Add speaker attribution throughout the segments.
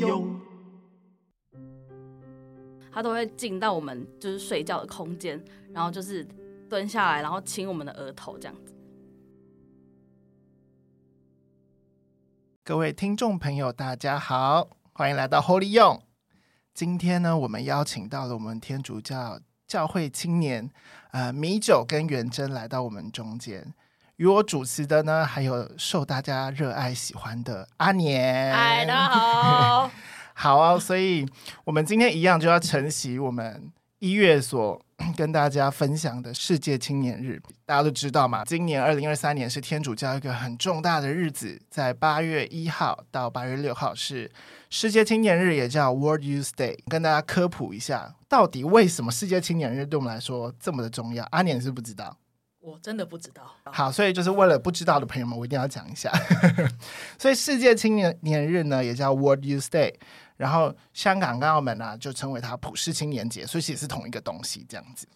Speaker 1: 庸。
Speaker 2: 他都会进到我们就是睡觉的空间，然后就是蹲下来，然后亲我们的额头这样子。
Speaker 1: 各位听众朋友，大家好，欢迎来到 Holy 用。今天呢，我们邀请到了我们天主教教会青年，呃，米酒跟元珍来到我们中间。与我主持的呢，还有受大家热爱喜欢的阿年。
Speaker 2: 哎，大家好，
Speaker 1: 好啊，所以我们今天一样就要承袭我们一月所跟大家分享的世界青年日。大家都知道嘛，今年二零二三年是天主教一个很重大的日子，在八月一号到八月六号是世界青年日，也叫 World Youth Day。跟大家科普一下，到底为什么世界青年日对我们来说这么的重要？阿年是不知道。
Speaker 3: 我真的不知道。
Speaker 1: 好，所以就是为了不知道的朋友们，我一定要讲一下。 所以世界青年年日呢，也叫 World Youth Day，然后香港跟澳门啊，就称为它普世青年节，所以其实是同一个东西这样子。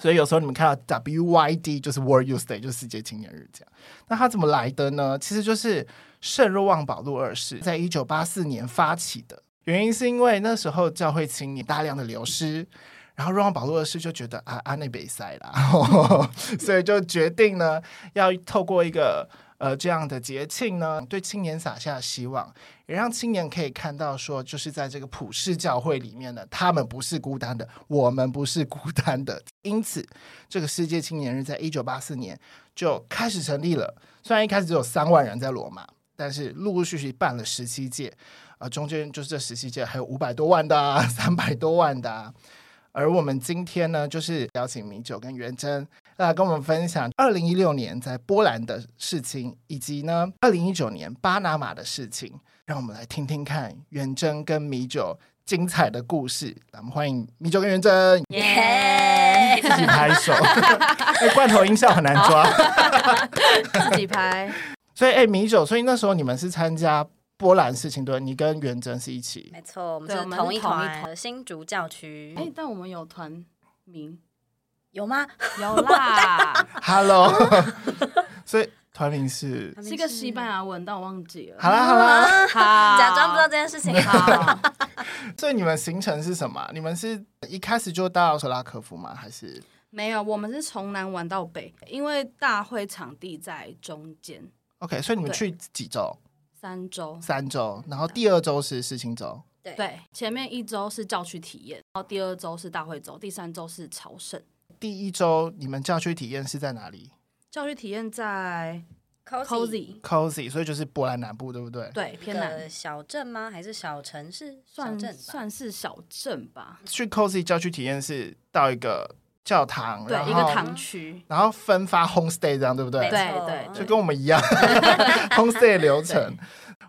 Speaker 1: 所以有时候你们看到 WYD 就是 World Youth Day，就是世界青年日这样。那它怎么来的呢？其实就是圣若望保禄二世在一九八四年发起的，原因是因为那时候教会青年大量的流失，然后若望保禄二世就觉得啊啊那北塞啦， 所以就决定呢要透过一个呃这样的节庆呢，对青年撒下希望，也让青年可以看到说，就是在这个普世教会里面呢，他们不是孤单的，我们不是孤单的。因此，这个世界青年日在一九八四年就开始成立了。虽然一开始只有三万人在罗马，但是陆陆续续办了十七届，呃，中间就是这十七届还有五百多万的、啊、三百多万的、啊。而我们今天呢，就是邀请米酒跟元珍来跟我们分享二零一六年在波兰的事情，以及呢二零一九年巴拿马的事情。让我们来听听看元珍跟米酒精彩的故事。来我们欢迎米酒跟元珍，
Speaker 2: 耶！
Speaker 1: 自己拍 手，哎罐头音效很难抓。
Speaker 2: 自己拍，
Speaker 1: 所以哎、米酒，所以那时候你们是参加波兰事情对，你跟元珍是一起。
Speaker 4: 没错，我们
Speaker 2: 对
Speaker 4: 是
Speaker 2: 我们是
Speaker 4: 同一
Speaker 2: 同一
Speaker 4: 团
Speaker 2: 团
Speaker 4: 新竹教区，
Speaker 2: 哎、但我们有团名，
Speaker 4: 有吗？
Speaker 2: 有啦，
Speaker 1: Hello，所以团名是
Speaker 2: 是一个西班牙文，但我忘记了。
Speaker 1: 好啊啦好啦。
Speaker 2: 好
Speaker 4: 假装不知道这件事情。
Speaker 2: 好，
Speaker 1: 所以你们行程是什么啊？你们是一开始就到索拉科夫吗？还是
Speaker 2: 没有，我们是从南玩到北，因为大会场地在中间
Speaker 1: OK？所以你们
Speaker 2: 对
Speaker 1: 去几周？
Speaker 2: 三周。
Speaker 1: 三周，然后第二周是事情周。
Speaker 4: 对
Speaker 2: 对，前面一周是教区体验，然后第二周是大会周，第三周是朝圣。
Speaker 1: 第一周你们教区体验是在哪里
Speaker 2: 教区体验在 Cozy，
Speaker 4: Cozy
Speaker 1: ？Cozy，所以就是波兰南部，对不对？
Speaker 2: 对，
Speaker 4: 一
Speaker 2: 偏南
Speaker 4: 个，小镇吗？还是小城市？小
Speaker 2: 算
Speaker 4: 镇吧。
Speaker 2: 算是小镇吧，
Speaker 1: 去 Cozy 教区体验是到一个教堂，
Speaker 2: 对
Speaker 1: 然，后
Speaker 2: 一个堂区，
Speaker 1: 然后分发 homestay 这样，对不对？
Speaker 4: 没
Speaker 2: 对
Speaker 4: 错
Speaker 2: 对
Speaker 1: 就
Speaker 2: 对，
Speaker 1: 跟我们一 样，homestay 流程。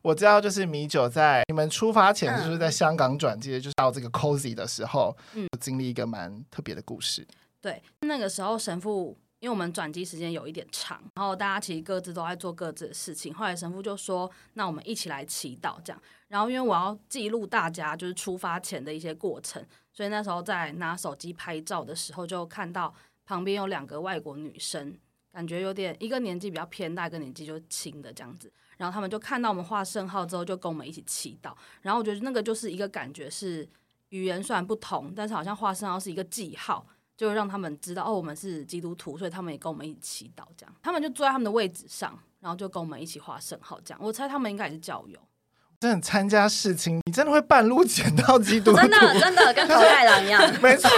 Speaker 1: 我知道，就是米酒在你们出发前，
Speaker 4: 嗯
Speaker 1: 就是在香港转机，就是到这个 cozy 的时候，
Speaker 2: 嗯
Speaker 1: 有经历一个蛮特别的故事。
Speaker 2: 对，那个时候神父，因为我们转机时间有一点长，然后大家其实各自都在做各自的事情。后来神父就说：“那我们一起来祈祷。”这样，然后因为我要记录大家就是出发前的一些过程，所以那时候在拿手机拍照的时候，就看到旁边有两个外国女生，感觉有点一个年纪比较偏大，一个年纪就轻的这样子。然后他们就看到我们画圣号之后，就跟我们一起祈祷。然后我觉得那个就是一个感觉是语言虽然不同，但是好像画圣号是一个记号，就让他们知道哦，我们是基督徒，所以他们也跟我们一起祈祷，这样他们就坐在他们的位置上，然后就跟我们一起画圣号，这样我猜他们应该也是教 友，
Speaker 1: 真的参加事情，你真的会半路捡到基 督徒，
Speaker 4: 哦真的真的跟口袋狼一样，
Speaker 1: 没错，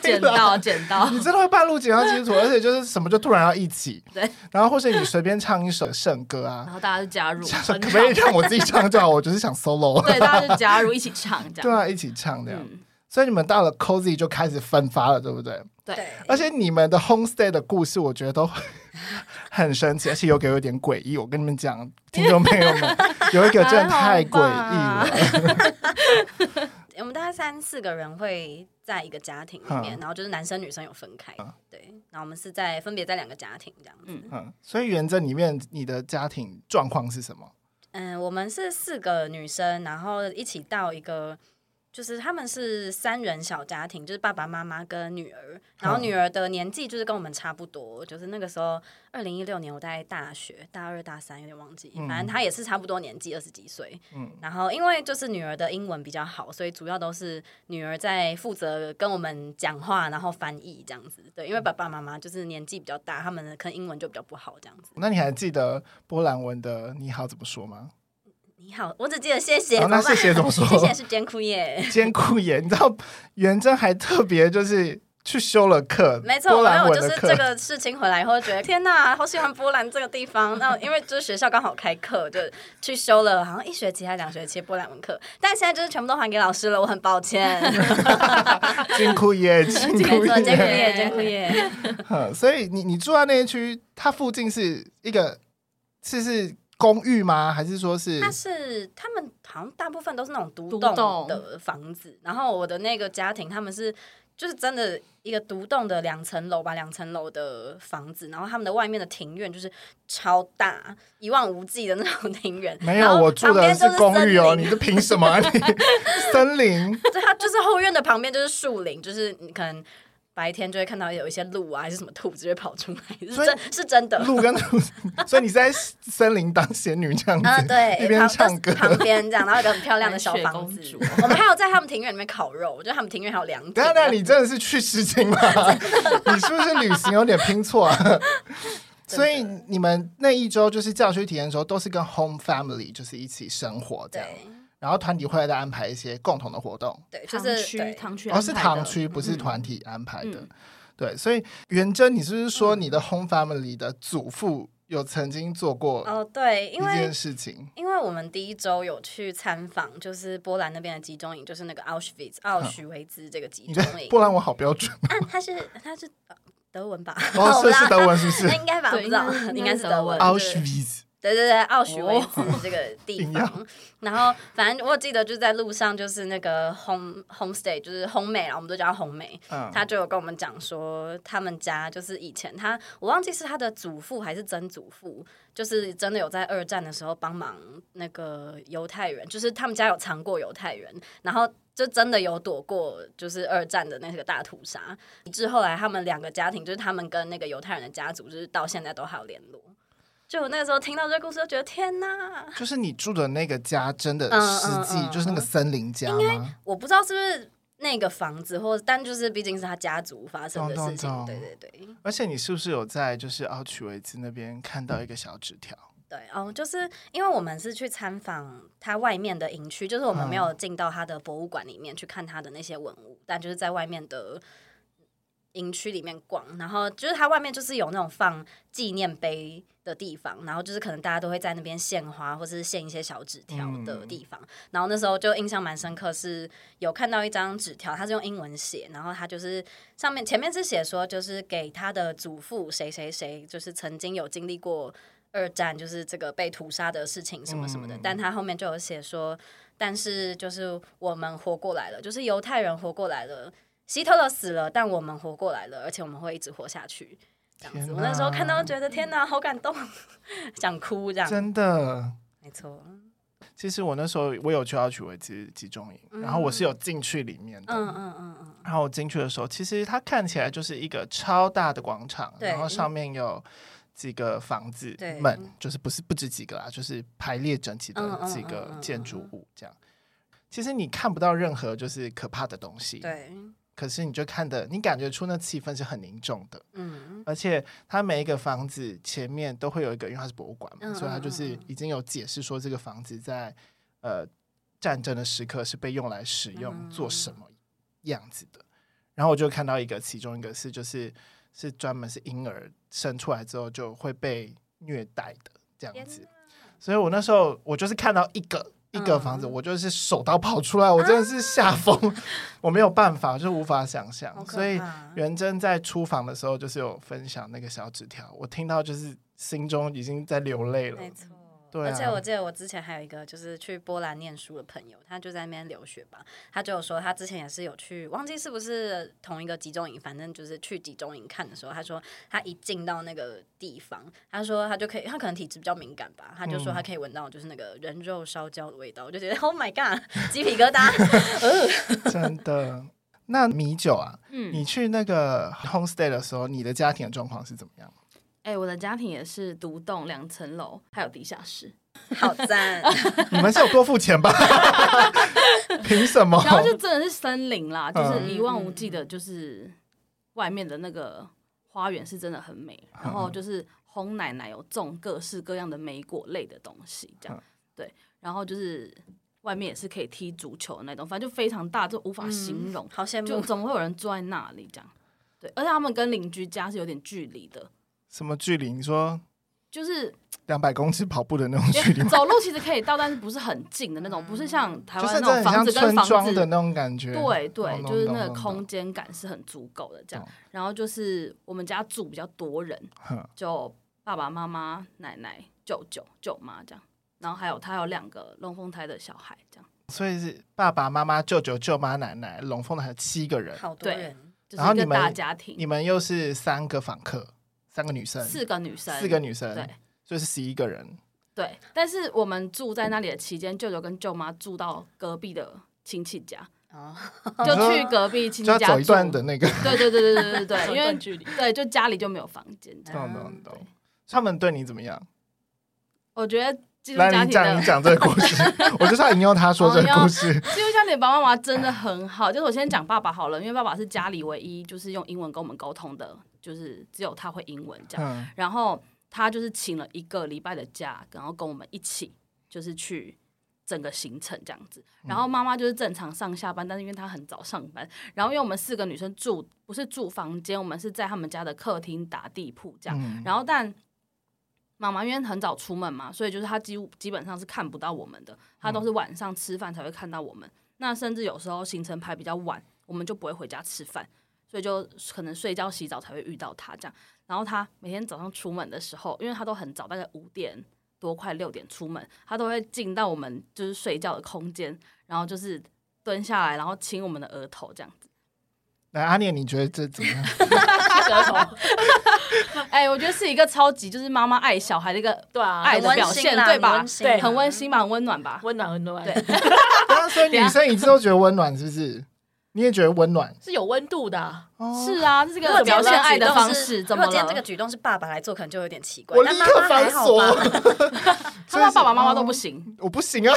Speaker 2: 捡到捡 到，
Speaker 1: 你真的会半路捡到基督 徒，而且就是什么就突然要一起，
Speaker 2: 对，
Speaker 1: 然后或是你随便唱一首圣歌
Speaker 2: 然
Speaker 1: 啊，
Speaker 2: 后大家就加入，
Speaker 1: 可
Speaker 2: 很
Speaker 1: 不
Speaker 2: 好
Speaker 1: 可以让我自己唱就好？我就是想 solo，
Speaker 2: 对，大家就加入一起唱这
Speaker 1: 对
Speaker 2: 样，
Speaker 1: 啊，一起唱这样。
Speaker 2: 嗯，
Speaker 1: 所以你们到了 cozy 就开始分发了，对不对？
Speaker 2: 对，
Speaker 1: 而且你们的 homestay 的故事，我觉得都 很神奇，而且有给我有点诡异。我跟你们讲，听众朋友 们，有一个真的太诡异了
Speaker 2: 还好。
Speaker 4: 我们大概三四个人会在一个家庭里面，然后就是男生女生有分开，对，然后我们是在分别在两个家庭这样子。
Speaker 2: 嗯
Speaker 1: 嗯，所以原则里面，你的家庭状况是什么？
Speaker 4: 嗯，我们是四个女生，然后一起到一个就是他们是三人小家庭，就是爸爸妈妈跟女儿，然后
Speaker 1: 嗯
Speaker 4: 女儿的年纪就是跟我们差不多，就是那个时候二零一六年我在大学大二大三有点忘记，反正她也是差不多年纪二十几岁。
Speaker 1: 嗯
Speaker 4: 然后因为就是女儿的英文比较好，所以主要都是女儿在负责跟我们讲话，然后翻译这样子。对，因为爸爸妈妈就是年纪比较大，他们可能英文就比较不好这样子。
Speaker 1: 那你还记得波兰文的你好怎么说吗？
Speaker 4: 你好，我只记得谢谢，
Speaker 1: 好
Speaker 4: 怎么
Speaker 1: 哦那
Speaker 4: 办
Speaker 1: 谢 谢怎么说
Speaker 4: 谢 谢是艰苦耶。
Speaker 1: 艰苦耶， 你知道元真还特别就是去修了课，
Speaker 4: 没错，
Speaker 1: 波
Speaker 4: 我没
Speaker 1: 兰
Speaker 4: 有
Speaker 1: 文
Speaker 4: 就
Speaker 1: 的
Speaker 4: 是
Speaker 1: 课，
Speaker 4: 这个事情回来以后，觉得天哪，好喜欢波兰这个地方。那因为就是学校刚好开课，就去修了好像一学期还两学期的波兰文课，但现在就是全部都还给老师了，我很 抱歉。
Speaker 1: 艰苦 耶，艰
Speaker 4: 没
Speaker 1: 苦
Speaker 4: 错，艰苦
Speaker 1: 耶。
Speaker 4: 耶，艰苦耶。
Speaker 1: 哼嗯所以你你住在那一区，它附近是一个是是公寓吗？还是说是
Speaker 4: 但是他们好像大部分都是那种独
Speaker 2: 独
Speaker 4: 栋
Speaker 2: 栋
Speaker 4: 的房子，然后我的那个家庭他们是就是真的一个独栋的两层楼吧，两层楼的房子，然后他们的外面的庭院就是超大，一望无际的那种庭院。
Speaker 1: 没
Speaker 4: 然
Speaker 1: 有？
Speaker 4: 后
Speaker 1: 我住
Speaker 4: 旁
Speaker 1: 的
Speaker 4: 边就是
Speaker 1: 公寓哦，
Speaker 4: 森
Speaker 1: 你
Speaker 4: 林
Speaker 1: 这凭什么啊？ 你森林
Speaker 4: 对，它就是后院的旁边就是树林，就是你可能白天就会看到有一些鹿啊，还是什么兔子就会跑出来，是
Speaker 1: 所以
Speaker 4: 真是真的。
Speaker 1: 路跟路， 所以你是在森林当仙女这样
Speaker 4: 啊，
Speaker 1: 子，
Speaker 4: 对，
Speaker 1: 一边
Speaker 4: 旁
Speaker 1: 唱歌
Speaker 4: 就是旁边这样，然后有一个很漂亮的小
Speaker 2: 白雪
Speaker 4: 房
Speaker 2: 公
Speaker 4: 子
Speaker 2: 主。
Speaker 4: 我们还有在他们庭院里面烤肉，我觉得他们庭院还有凉
Speaker 1: 等一下，等一下，
Speaker 4: 亭。
Speaker 1: 你真的是去诗经 吗？你是不是旅行有点拼错啊？所以你们那一周就是教学体验的时候，都是跟 home family 就是一起生活这样，
Speaker 4: 对
Speaker 1: 然后团体会再安排一些共同的活动，
Speaker 4: 对，就
Speaker 2: 堂
Speaker 4: 是
Speaker 2: 区
Speaker 4: 对
Speaker 2: 堂区
Speaker 1: 而、哦是
Speaker 2: 安排的
Speaker 1: 堂
Speaker 4: 嗯
Speaker 1: 区，不是团体安排的。
Speaker 2: 嗯
Speaker 1: 对，所以元真，你是不是说
Speaker 4: 嗯
Speaker 1: 你的 home family 的祖父有曾经做过
Speaker 4: 哦，对，
Speaker 1: 一
Speaker 4: 因为
Speaker 1: 件事情？
Speaker 4: 因为我们第一周有去参访，就是波兰那边的集中营，就是那个 Auschwitz 奥许维兹这个集
Speaker 1: 嗯你
Speaker 4: 中
Speaker 1: 的
Speaker 4: 营。
Speaker 1: 波兰文好标准
Speaker 4: 啊，它是它是呃德文吧？
Speaker 1: 哦，
Speaker 4: 我 不
Speaker 1: 是
Speaker 4: 知道
Speaker 1: 是德文是不是
Speaker 4: 那应该吧？我
Speaker 2: 对
Speaker 4: 不知道
Speaker 2: 应该，是
Speaker 4: 应该是德文。
Speaker 2: 应
Speaker 1: 奥
Speaker 2: 该
Speaker 1: 许
Speaker 4: 对
Speaker 1: 维兹，
Speaker 4: 对对对，奥许维兹这个地
Speaker 1: 硬要
Speaker 4: 方。然后反正我记得就是在路上，就是那个 home homestay，就是红美啦，我们都叫她红美。
Speaker 1: 嗯，
Speaker 4: 她就有跟我们讲说，他们家就是以前她，我忘记是她的祖父还是曾祖父，就是真的有在二战的时候帮忙那个犹太人，就是他们家有藏过犹太人，然后就真的有躲过就是二战的那个大屠杀。以至后来他们两个家庭，就是他们跟那个犹太人的家族，就是到现在都还有联络。就我那个时候听到这个故事，就觉得天哪！
Speaker 1: 就是你住的那个家，真的
Speaker 4: 嗯
Speaker 1: 实际、
Speaker 4: 嗯嗯
Speaker 1: 就是那个森林家吗？
Speaker 4: 我不知道是不是那个房子，或但就是毕竟是他家族发生的
Speaker 1: 懂
Speaker 4: 事情，
Speaker 1: 懂懂
Speaker 4: 对对对
Speaker 1: 而且你是不是有在就是奥曲维兹那边看到一个小纸条？
Speaker 4: 对。哦，就是因为我们是去参访他外面的营区，就是我们没有进到他的博物馆里面去看他的那些文物，但就是在外面的。营区里面逛，然后就是它外面就是有那种放纪念碑的地方，然后就是可能大家都会在那边献花或是献一些小纸条的地方。然后那时候就印象蛮深刻，是有看到一张纸条，它是用英文写，然后它就是上面前面是写说，就是给他的祖父谁谁谁，就是曾经有经历过二战，就是这个被屠杀的事情什么什么的。
Speaker 1: 嗯
Speaker 4: 但他后面就有写说，但是就是我们活过来了，就是犹太人活过来了。希特勒死了，但我们活过来了，而且我们会一直活下去。这样
Speaker 1: 天
Speaker 4: 子，
Speaker 1: 哪
Speaker 4: 我那时候看到觉得天哪，好感动， 想哭这样。
Speaker 1: 真的，
Speaker 4: 没错，
Speaker 1: 其实我那时候我有去奥曲维兹集中营，然后我是有进去里面的。
Speaker 4: 嗯嗯嗯嗯，
Speaker 1: 然后我进去的时候，其实它看起来就是一个超大的广场，
Speaker 4: 对嗯
Speaker 1: 然后上面有几个房子
Speaker 4: 对
Speaker 1: 们，就是不是不止几个啦，就是排列整齐
Speaker 4: 嗯
Speaker 1: 的
Speaker 4: 嗯
Speaker 1: 几
Speaker 4: 嗯
Speaker 1: 个
Speaker 4: 嗯
Speaker 1: 建筑物这样。其实你看不到任何就是可怕的东西，
Speaker 4: 对，
Speaker 1: 可是你就看的，你感觉出那气氛是很凝重的。
Speaker 4: 嗯
Speaker 1: 而且它每一个房子前面都会有一个，因为它是博物馆嘛，
Speaker 4: 嗯
Speaker 1: 所以它就是
Speaker 4: 嗯嗯
Speaker 1: 已经有解释说这个房子在呃战争的时刻是被用来使用、
Speaker 4: 嗯
Speaker 1: 做什么样子的。然后我就看到一个，其中一个是就是是专门是婴儿生出来之后就会被虐待的这样子
Speaker 4: 天，
Speaker 1: 所以我那时候我就是看到一个。一个房
Speaker 4: 嗯
Speaker 1: 子，我就是手刀跑出来，我真的是吓疯，我没有办法，就是无法想象
Speaker 4: 啊好，可
Speaker 1: 所以
Speaker 4: 怕啊
Speaker 1: 元真在出访的时候，就是有分享那个小纸条，我听到就是心中已经在流泪了
Speaker 4: 没。错。
Speaker 1: 对
Speaker 4: 而且我
Speaker 1: 啊，
Speaker 4: 记得我之前还有一个就是去波兰念书的朋友，他就在那边留学吧，他就有说他之前也是有去，忘记是不是同一个集中营，反正就是去集中营看的时候，他说他一进到那个地方，他说他就可以，他可能体质比较敏感吧，他就说
Speaker 1: 嗯
Speaker 4: 他可以闻到就是那个人肉烧焦的味道，我就觉得 Oh my God，鸡 皮疙瘩，
Speaker 1: 真的。那米酒啊，
Speaker 2: 嗯，
Speaker 1: 你去那个 homestay 的时候，你的家庭的状况是怎么 样？
Speaker 2: 哎、我的家庭也是独栋两层楼，还有地下室，
Speaker 4: 好 赞，
Speaker 1: 你们是有多付钱吧？ 凭什么？
Speaker 2: 然后就真的是森林啦，就是
Speaker 4: 嗯
Speaker 2: 一望无际的，就是外面的那个花园是真的很美，然
Speaker 1: 嗯
Speaker 2: 后就是红奶奶有种各式各样的莓果类的东西，这样
Speaker 1: 嗯
Speaker 2: 对，然后就是外面也是可以踢足球的那种，反正就非常大，就无法
Speaker 1: 嗯
Speaker 2: 形容，
Speaker 4: 嗯好羡
Speaker 2: 就
Speaker 4: 慕，
Speaker 2: 怎么会有人坐在那里这样？对，而且他们跟邻居家是有点距离的，
Speaker 1: 什么距离？你说
Speaker 2: 就是
Speaker 1: 两百公尺跑步的那种 距离吗？
Speaker 2: 走路其实可以到，但是不是很近的那种，不是像 台
Speaker 1: 就
Speaker 2: 湾
Speaker 1: 是真
Speaker 2: 那
Speaker 1: 的很
Speaker 2: 种
Speaker 1: 像
Speaker 2: 房子跟
Speaker 1: 村
Speaker 2: 房
Speaker 1: 庄
Speaker 2: 子
Speaker 1: 的那种感觉。
Speaker 2: 对对，
Speaker 1: 懂
Speaker 2: 就是那个。
Speaker 1: 懂懂懂
Speaker 2: 空间感是很足够的这样
Speaker 1: 懂。
Speaker 2: 然后就是我们家住比较多人，
Speaker 1: 嗯 哼
Speaker 2: 就爸爸妈妈、奶奶、舅舅、舅妈这样。然后还有他有两个龙凤胎的小孩，这样
Speaker 1: 所以是爸爸妈妈、舅舅、舅妈、奶奶、龙凤的还有七个人，
Speaker 4: 好多
Speaker 2: 对
Speaker 4: 人，
Speaker 2: 就
Speaker 1: 然后
Speaker 2: 是
Speaker 1: 你
Speaker 2: 一个
Speaker 1: 们
Speaker 2: 大家
Speaker 1: 你
Speaker 2: 庭，
Speaker 1: 们又是三个访客，三个女生，
Speaker 2: 四个女生，
Speaker 1: 四个女生，
Speaker 2: 对
Speaker 1: 所以是十一个人。
Speaker 2: 对。但是我们住在那里的期间，舅舅跟舅妈住到隔壁的亲戚 家，
Speaker 4: 哦，
Speaker 2: 就
Speaker 1: 说
Speaker 2: 去隔壁亲
Speaker 1: 就
Speaker 2: 戚
Speaker 1: 要
Speaker 2: 家嗯
Speaker 1: 走一段
Speaker 2: 住
Speaker 1: 的那个，
Speaker 2: 对对对对对对
Speaker 3: 走
Speaker 2: 对，
Speaker 3: 一
Speaker 2: 因
Speaker 3: 段
Speaker 2: 为
Speaker 3: 距离。
Speaker 2: 对，就家里就没有房间这样。
Speaker 1: 懂懂
Speaker 2: 对
Speaker 1: 懂。他们对你怎么样？
Speaker 2: 我觉得寄宿
Speaker 1: 来，
Speaker 2: 家
Speaker 1: 你
Speaker 2: 庭
Speaker 1: 讲
Speaker 2: 的
Speaker 1: 你讲这个故 事，我就是要引用他说这个故事。
Speaker 2: 寄宿家庭的爸爸妈妈真的很好。 就是我先讲爸爸好了，因为爸爸是家里唯一就是用英文跟我们沟通的，就是只有他会英文这样。
Speaker 1: 嗯，
Speaker 2: 然后他就是请了一个礼拜的假，然后跟我们一起就是去。整个行程这样子，然后妈妈就是正常上下班，但是因为她很早上班，然后因为我们四个女生住不是住房间，我们是在他们家的客厅打地铺这样，
Speaker 1: 嗯
Speaker 2: 然后但妈妈因为很早出门嘛，所以就是她几乎基本上是看不到我们的，她都是晚上吃饭才会看到我们。那甚至有时候行程排比较晚，我们就不会回家吃饭，所以就可能睡觉洗澡才会遇到她这样。然后她每天早上出门的时候，因为她都很早，大概五点多快六点出门，她都会进到我们就是睡觉的空间，然后就是蹲下来，然后亲我们的额头这样子。
Speaker 1: 来，阿念，你觉得这怎么样？
Speaker 3: 舌头，
Speaker 2: 哎、我觉得是一个超级就是妈妈爱小孩的一个
Speaker 3: 对啊，
Speaker 2: 爱
Speaker 4: 很
Speaker 2: 的
Speaker 4: 温
Speaker 2: 表
Speaker 4: 馨
Speaker 2: 现
Speaker 4: 啦
Speaker 2: 对
Speaker 4: 很
Speaker 2: 吧
Speaker 4: 温馨
Speaker 3: 对
Speaker 4: 啦
Speaker 2: 很温馨吧，很温暖吧。
Speaker 3: 温暖温暖，
Speaker 2: 对，
Speaker 1: 啊所以女生一直都觉得温暖，是不是？你也觉得温暖？
Speaker 3: 是有温度的啊。
Speaker 1: 哦，
Speaker 2: 是啊，这是
Speaker 4: 如果
Speaker 2: 个
Speaker 4: 今
Speaker 2: 表
Speaker 4: 天这
Speaker 2: 现
Speaker 4: 个
Speaker 2: 爱
Speaker 4: 举
Speaker 2: 的
Speaker 4: 动
Speaker 2: 方
Speaker 4: 是，
Speaker 2: 式，
Speaker 4: 如
Speaker 2: 怎
Speaker 4: 果
Speaker 2: 么
Speaker 4: 今天这个
Speaker 2: 了？
Speaker 4: 举动是爸爸来做，可能就有点奇怪。
Speaker 1: 我
Speaker 4: 但
Speaker 1: 立
Speaker 4: 妈
Speaker 1: 刻
Speaker 4: 妈还
Speaker 1: 反
Speaker 4: 好
Speaker 1: 锁
Speaker 4: 吧。。
Speaker 2: 他爸爸妈妈都不行，
Speaker 1: 我不行 啊，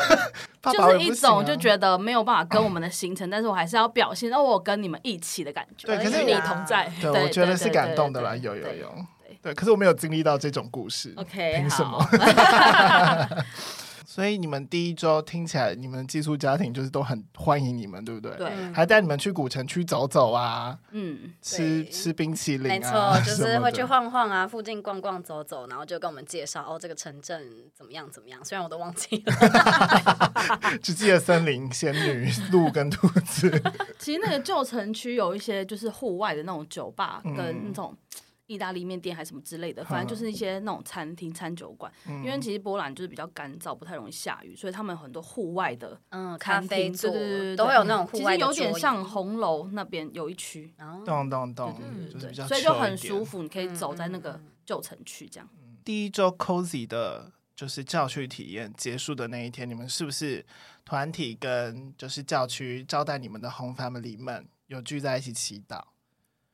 Speaker 1: 爸爸
Speaker 2: 就是
Speaker 1: 也
Speaker 2: 一
Speaker 1: 不行啊
Speaker 2: 种就觉得没有办法跟我们的行程，但是我还是要表现，哦，我有跟你们一起的感觉。
Speaker 1: 对可是
Speaker 3: 与你 同在。
Speaker 1: 对，
Speaker 2: 对
Speaker 1: 我觉得是
Speaker 2: 对
Speaker 1: 感
Speaker 2: 对
Speaker 1: 动的啦，
Speaker 2: 对
Speaker 1: 有有
Speaker 2: 对
Speaker 1: 有
Speaker 2: 对，
Speaker 1: 对，可是我没有经历到这种故事
Speaker 2: OK，
Speaker 1: 凭什么
Speaker 2: 好？
Speaker 1: 所以你们第一周听起来，你们寄宿家庭就是都很欢迎你们，对不对？
Speaker 2: 对
Speaker 4: 嗯
Speaker 1: 还带你们去古城区走走啊，
Speaker 2: 嗯，
Speaker 1: 吃
Speaker 4: 对
Speaker 1: 吃冰淇淋、啊，
Speaker 4: 没错，
Speaker 1: 什
Speaker 4: 就是
Speaker 1: 么
Speaker 4: 会
Speaker 1: 的
Speaker 4: 去晃晃啊，附近逛逛走走，然后就跟我们介绍哦，这个城镇怎么样怎么样。虽然我都忘记 了，
Speaker 1: 只记得森林、仙女、 鹿跟兔子。
Speaker 2: 其实那个旧城区有一些就是户外的那种酒吧
Speaker 1: 嗯
Speaker 2: 跟那种意大利面店还是什么之类的，
Speaker 4: 嗯
Speaker 2: 反正就是一些那种餐厅、餐酒馆。因为其实波兰就是比较干燥，不太容易下雨，所以他们有很多户外的，
Speaker 4: 嗯，咖
Speaker 2: 餐
Speaker 4: 啡
Speaker 2: 厅
Speaker 4: 座
Speaker 2: 对对对对
Speaker 4: 都会有那种户
Speaker 2: 其
Speaker 4: 外
Speaker 2: 实
Speaker 4: 的
Speaker 2: 有
Speaker 4: 桌
Speaker 2: 点
Speaker 4: 椅
Speaker 2: 像红楼那边有一区，
Speaker 4: 哦，
Speaker 1: 咚咚咚，
Speaker 2: 对
Speaker 1: 嗯
Speaker 2: 嗯
Speaker 1: 就是
Speaker 2: 对
Speaker 1: 比较，
Speaker 2: 所以就
Speaker 1: chill
Speaker 2: 很
Speaker 1: 一点
Speaker 2: 舒。服，你可以
Speaker 4: 嗯
Speaker 2: 走在那个旧城区这样。
Speaker 1: 第一周 cozy 的，就是教区体验结束的那一天，你们是不是团体跟就是教区招待你们的 home family 们有聚在一起祈祷？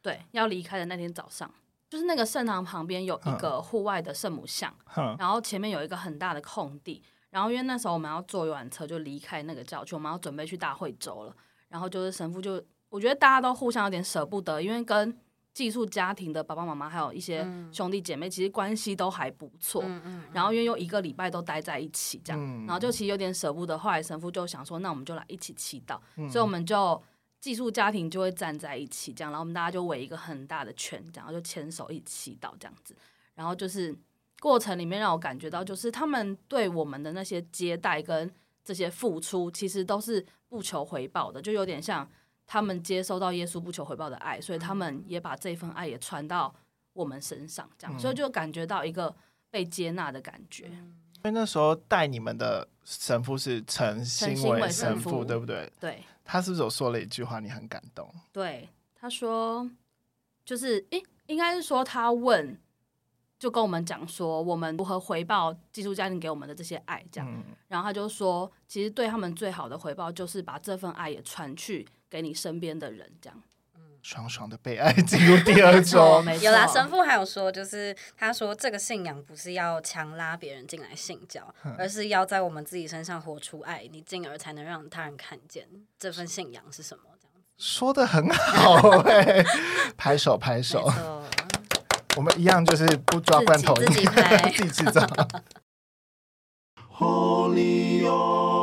Speaker 2: 对，要离开的那天早上，就是那个圣堂旁边有一个户外的圣母像，
Speaker 1: 嗯哼，
Speaker 2: 然后前面有一个很大的空地。然后因为那时候我们要坐游览车就离开那个教区，我们要准备去大会州了。然后就是神父就，我觉得大家都互相有点舍不得，因为跟寄宿家庭的爸爸妈妈还有一些兄弟姐妹，其实关系都还不错。
Speaker 4: 嗯嗯，
Speaker 2: 然后因为又一个礼拜都待在一起这样，
Speaker 1: 嗯
Speaker 2: 然后就其实有点舍不得。后来神父就想说，那我们就来一起祈祷，所以我们就寄宿家庭就会站在一起这样，然后我们大家就围一个很大的圈，这样然后就牵手一起祈祷这样子。然后就是过程里面让我感觉到，就是他们对我们的那些接待跟这些付出，其实都是不求回报的，就有点像他们接收到耶稣不求回报的爱，所以他们也把这份爱也传到我们身上，这样，所以就感觉到一个被接纳的感觉。
Speaker 1: 因为那时候带你们的神父是陈
Speaker 2: 陈
Speaker 1: 新
Speaker 2: 新
Speaker 1: 伟
Speaker 2: 伟
Speaker 1: 神
Speaker 2: 神
Speaker 1: 父，
Speaker 2: 父
Speaker 1: 对不对？
Speaker 2: 对
Speaker 1: 他是不是有说了一句话你很感动？
Speaker 2: 对，他说就是诶、应该是说他问，就跟我们讲说我们如何回报寄宿家庭给我们的这些爱，这样。
Speaker 1: 嗯，
Speaker 2: 然后他就说，其实对他们最好的回报就是把这份爱也传去给你身边的人，这样。
Speaker 1: 爽爽的被爱 进入第二周，
Speaker 2: 没错，
Speaker 4: 有啦，神父还有说，就是他说这个信仰不是要强拉别人进来信教，而是要在我们自己身上活出爱，你进而才能让他人看见这份信仰是什么。这样子
Speaker 1: 说的很好哎、拍手拍
Speaker 4: 没
Speaker 1: 手，
Speaker 2: 哦
Speaker 4: 错，
Speaker 1: 我们一样就是不抓罐头，
Speaker 4: 自己自己拍
Speaker 1: 自己制造。
Speaker 5: Holy, oh.